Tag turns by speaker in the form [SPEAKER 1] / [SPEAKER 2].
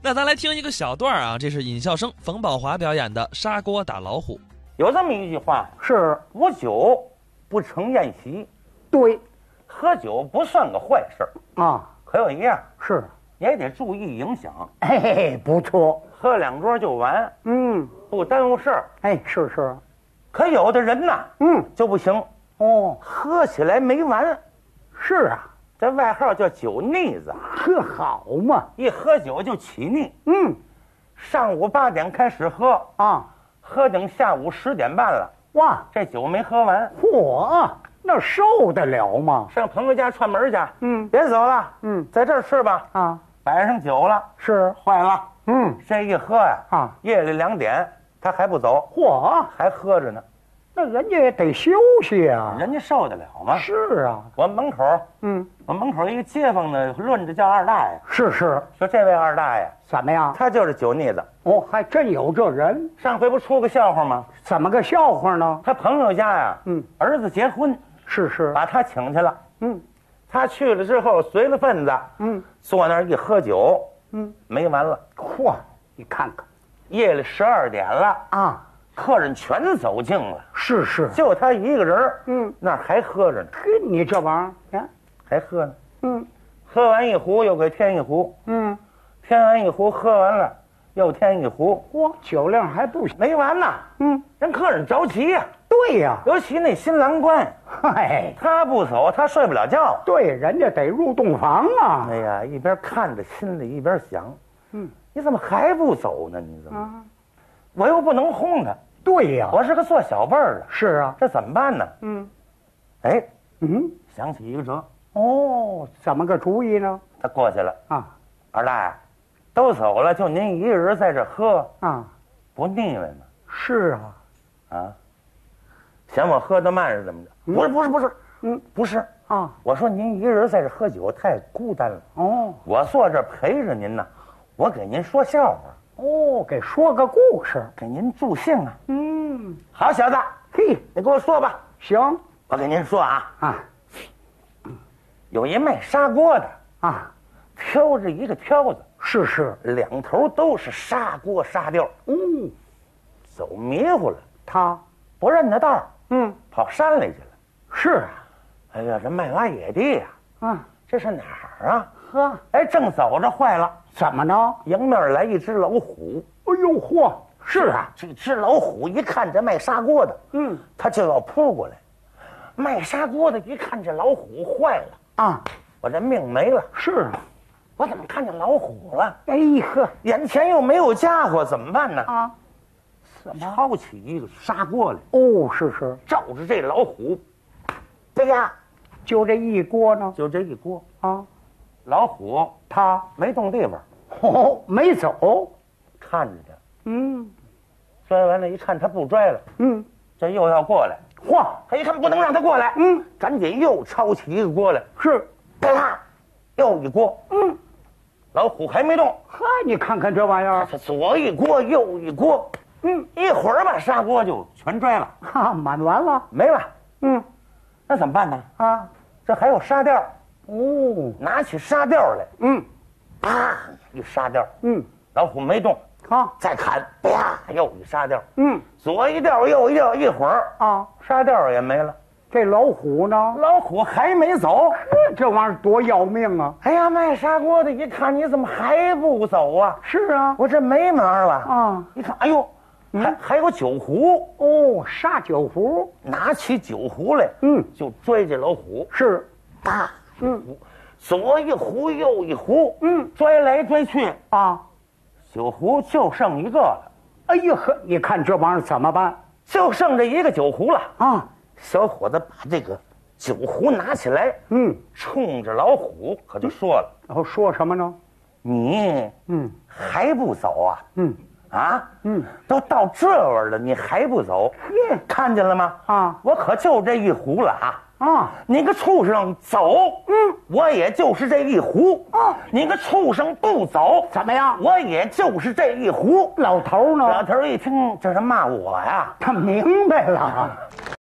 [SPEAKER 1] 那咱来听一个小段儿啊，这是尹笑声、冯宝华表演的《砂锅打老虎》。
[SPEAKER 2] 有这么一句话：
[SPEAKER 3] 是
[SPEAKER 2] 无酒不成宴席，
[SPEAKER 3] 对
[SPEAKER 2] 喝酒不算个坏事儿。
[SPEAKER 3] 啊，
[SPEAKER 2] 可有一样，
[SPEAKER 3] 是，
[SPEAKER 2] 也得注意影响，
[SPEAKER 3] 嘿嘿，不错，
[SPEAKER 2] 喝两桌就完，
[SPEAKER 3] 嗯，
[SPEAKER 2] 不耽误事儿。
[SPEAKER 3] 哎，是是，
[SPEAKER 2] 可有的人呐
[SPEAKER 3] 嗯，
[SPEAKER 2] 就不行，
[SPEAKER 3] 哦，
[SPEAKER 2] 喝起来没完，
[SPEAKER 3] 是啊，
[SPEAKER 2] 这外号叫酒腻子，
[SPEAKER 3] 这好嘛，
[SPEAKER 2] 一喝酒就起腻。
[SPEAKER 3] 嗯
[SPEAKER 2] 上午八点开始喝，
[SPEAKER 3] 啊，
[SPEAKER 2] 喝ถึ下午十点半了，
[SPEAKER 3] 哇，
[SPEAKER 2] 这酒没喝完，
[SPEAKER 3] 嚯，啊那受得了吗？
[SPEAKER 2] 上朋友家串门去。
[SPEAKER 3] 嗯
[SPEAKER 2] 别走了，
[SPEAKER 3] 嗯
[SPEAKER 2] 在这儿吃吧。
[SPEAKER 3] 啊，
[SPEAKER 2] 摆上酒了，
[SPEAKER 3] 是，
[SPEAKER 2] 坏了，
[SPEAKER 3] 嗯
[SPEAKER 2] 这一喝呀、
[SPEAKER 3] 啊，
[SPEAKER 2] 夜里两点他还不走，
[SPEAKER 3] 嚯，
[SPEAKER 2] 还喝着呢，
[SPEAKER 3] 那人家也得休息啊。
[SPEAKER 2] 人家受得了吗？
[SPEAKER 3] 是啊，
[SPEAKER 2] 我门口，
[SPEAKER 3] 嗯，
[SPEAKER 2] 我门口一个街坊呢，论着叫二大爷，
[SPEAKER 3] 是是，
[SPEAKER 2] 说这位二大爷，
[SPEAKER 3] 怎么样？
[SPEAKER 2] 他就是酒腻子。
[SPEAKER 3] 哦，还真有这人，
[SPEAKER 2] 上回不出个笑话吗？
[SPEAKER 3] 怎么个笑话呢？
[SPEAKER 2] 他朋友家呀、
[SPEAKER 3] 嗯，
[SPEAKER 2] 儿子结婚，
[SPEAKER 3] 是是，
[SPEAKER 2] 把他请去了。
[SPEAKER 3] 嗯
[SPEAKER 2] 他去了之后，随了份子，
[SPEAKER 3] 嗯
[SPEAKER 2] 坐那儿一喝酒，
[SPEAKER 3] 嗯，
[SPEAKER 2] 没完了。
[SPEAKER 3] 嚯，你看看
[SPEAKER 2] 夜里十二点了，
[SPEAKER 3] 啊，
[SPEAKER 2] 客人全走净了，
[SPEAKER 3] 是是，
[SPEAKER 2] 就他一个人儿，
[SPEAKER 3] 嗯，
[SPEAKER 2] 那儿还喝着呢，
[SPEAKER 3] 嘿，你这玩意儿，啊
[SPEAKER 2] 还喝呢。
[SPEAKER 3] 嗯
[SPEAKER 2] 喝完一壶又给添一壶，
[SPEAKER 3] 嗯，
[SPEAKER 2] 添完一壶喝完了又添一壶，
[SPEAKER 3] 嚯，酒量还不行，
[SPEAKER 2] 没完呐！
[SPEAKER 3] 嗯，
[SPEAKER 2] 人客人着急呀、
[SPEAKER 3] 对呀、
[SPEAKER 2] 尤其那新郎官，
[SPEAKER 3] 嗨，
[SPEAKER 2] 他不走他睡不了觉。
[SPEAKER 3] 对，人家得入洞房啊
[SPEAKER 2] 哎，呀，一边看着心里一边想，
[SPEAKER 3] 嗯，
[SPEAKER 2] 你怎么还不走呢？你怎么？
[SPEAKER 3] 啊，
[SPEAKER 2] 我又不能轰他，
[SPEAKER 3] 对呀、
[SPEAKER 2] 我是个做小辈儿的，
[SPEAKER 3] 哦是啊，
[SPEAKER 2] 这怎么办呢？
[SPEAKER 3] 嗯
[SPEAKER 2] 哎，
[SPEAKER 3] 嗯，
[SPEAKER 2] 想起一个辙，
[SPEAKER 3] 哦，怎么个主意呢？
[SPEAKER 2] 他过去了，
[SPEAKER 3] 啊
[SPEAKER 2] 二大爷，都走了，就您一个人在这喝，
[SPEAKER 3] 啊，
[SPEAKER 2] 不腻歪吗？
[SPEAKER 3] 是啊，
[SPEAKER 2] 啊，嫌我喝的慢是怎么着？不是不是不是，
[SPEAKER 3] 嗯
[SPEAKER 2] 不是，
[SPEAKER 3] 啊，
[SPEAKER 2] 我说您一个人在这喝酒太孤单了，
[SPEAKER 3] 哦
[SPEAKER 2] 我坐这陪着您呢，我给您说笑话，
[SPEAKER 3] 哦，给说个故事，
[SPEAKER 2] 给您助兴啊。
[SPEAKER 3] 嗯，
[SPEAKER 2] 好小子，
[SPEAKER 3] 嘿，
[SPEAKER 2] 你给我说吧，
[SPEAKER 3] 行
[SPEAKER 2] 我给您说啊，
[SPEAKER 3] 啊
[SPEAKER 2] 有一卖砂锅的，
[SPEAKER 3] 啊，
[SPEAKER 2] 挑着一个挑子，
[SPEAKER 3] 是是，
[SPEAKER 2] 两头都是砂锅砂吊，
[SPEAKER 3] 嗯，
[SPEAKER 2] 走迷糊了，
[SPEAKER 3] 他，
[SPEAKER 2] 不认得道儿，
[SPEAKER 3] 嗯，
[SPEAKER 2] 跑山里去了。
[SPEAKER 3] 是啊，
[SPEAKER 2] 哎呀，这卖挖野地呀、
[SPEAKER 3] 啊
[SPEAKER 2] 这是哪儿啊？
[SPEAKER 3] 呵，
[SPEAKER 2] 哎，正走着，坏了，
[SPEAKER 3] 怎么呢？
[SPEAKER 2] 迎面来一只老虎。
[SPEAKER 3] 哎呦嚯！是啊，
[SPEAKER 2] 这只老虎一看这卖砂锅的，
[SPEAKER 3] 嗯
[SPEAKER 2] 它就要扑过来。卖砂锅的一看这老虎，坏了，
[SPEAKER 3] 啊，
[SPEAKER 2] 我这命没了。
[SPEAKER 3] 是啊，
[SPEAKER 2] 我怎么看见老虎了？
[SPEAKER 3] 哎呵
[SPEAKER 2] 眼前又没有家伙，怎么办呢？
[SPEAKER 3] 啊，
[SPEAKER 2] 抄起一个砂锅来，
[SPEAKER 3] 哦是是，
[SPEAKER 2] 照着这老虎，对呀，
[SPEAKER 3] 就这一锅呢
[SPEAKER 2] 就这一锅，
[SPEAKER 3] 啊，
[SPEAKER 2] 老虎
[SPEAKER 3] 他
[SPEAKER 2] 没动地方，
[SPEAKER 3] 哦没走，
[SPEAKER 2] 看着它
[SPEAKER 3] 嗯
[SPEAKER 2] 拽完了，一看它不拽了，
[SPEAKER 3] 嗯，
[SPEAKER 2] 这又要过来。
[SPEAKER 3] 嚯，
[SPEAKER 2] 他一看不能让他过来，
[SPEAKER 3] 嗯
[SPEAKER 2] 赶紧又抄起一个锅来，
[SPEAKER 3] 是，
[SPEAKER 2] 啪，又一锅，
[SPEAKER 3] 嗯，
[SPEAKER 2] 老虎还没动，
[SPEAKER 3] 嗨，你看看这玩意儿，
[SPEAKER 2] 他左一锅右一锅，
[SPEAKER 3] 嗯，
[SPEAKER 2] 一会儿把砂锅就全拽了，
[SPEAKER 3] 哈、满完了，
[SPEAKER 2] 没了，
[SPEAKER 3] 嗯
[SPEAKER 2] 那怎么办呢？
[SPEAKER 3] 啊，
[SPEAKER 2] 这还有沙吊，
[SPEAKER 3] 哦，
[SPEAKER 2] 拿起沙吊来，
[SPEAKER 3] 嗯
[SPEAKER 2] 啪，一沙吊，
[SPEAKER 3] 嗯，
[SPEAKER 2] 老虎没动，
[SPEAKER 3] 好，
[SPEAKER 2] 再砍，啪，又一沙吊，
[SPEAKER 3] 嗯
[SPEAKER 2] 左一吊右一吊，一会儿
[SPEAKER 3] 啊，
[SPEAKER 2] 沙吊也没了，
[SPEAKER 3] 这老虎呢？
[SPEAKER 2] 老虎还没走。
[SPEAKER 3] 这这玩意儿多要命啊！
[SPEAKER 2] 哎呀，卖砂锅的一看你怎么还不走啊？
[SPEAKER 3] 是啊，
[SPEAKER 2] 我这没门儿了
[SPEAKER 3] 啊！
[SPEAKER 2] 一看，哎呦，还还有酒壶，
[SPEAKER 3] 哦，杀酒壶，
[SPEAKER 2] 拿起酒壶来，
[SPEAKER 3] 嗯
[SPEAKER 2] 就拽这老虎，
[SPEAKER 3] 是，
[SPEAKER 2] 啪，
[SPEAKER 3] 嗯
[SPEAKER 2] 左一壶右一壶，
[SPEAKER 3] 嗯，
[SPEAKER 2] 拽来拽去，
[SPEAKER 3] 啊。
[SPEAKER 2] 酒壶就剩一个了，
[SPEAKER 3] 哎呀呵，你看这玩意儿怎么办
[SPEAKER 2] 就剩这一个酒壶了。
[SPEAKER 3] 啊？
[SPEAKER 2] 小伙子把这个酒壶拿起来，
[SPEAKER 3] 嗯，
[SPEAKER 2] 冲着老虎可就说了
[SPEAKER 3] 然后说什么呢？：“
[SPEAKER 2] 你
[SPEAKER 3] 嗯
[SPEAKER 2] 还不走啊？
[SPEAKER 3] 嗯，
[SPEAKER 2] 啊，
[SPEAKER 3] 嗯，
[SPEAKER 2] 都到这味儿了，你还不走？
[SPEAKER 3] 嗯
[SPEAKER 2] 看见了吗？
[SPEAKER 3] 啊
[SPEAKER 2] 我可就这一壶了啊！
[SPEAKER 3] 啊，
[SPEAKER 2] 你个畜生走，嗯，我也就是这一壶。
[SPEAKER 3] 哦
[SPEAKER 2] 你个畜生不走，
[SPEAKER 3] 怎么样？哦
[SPEAKER 2] 我也就是这一壶。
[SPEAKER 3] 老头儿
[SPEAKER 2] 老
[SPEAKER 3] 呢？
[SPEAKER 2] 头儿一听，这是骂我呀、
[SPEAKER 3] 他明白了。啊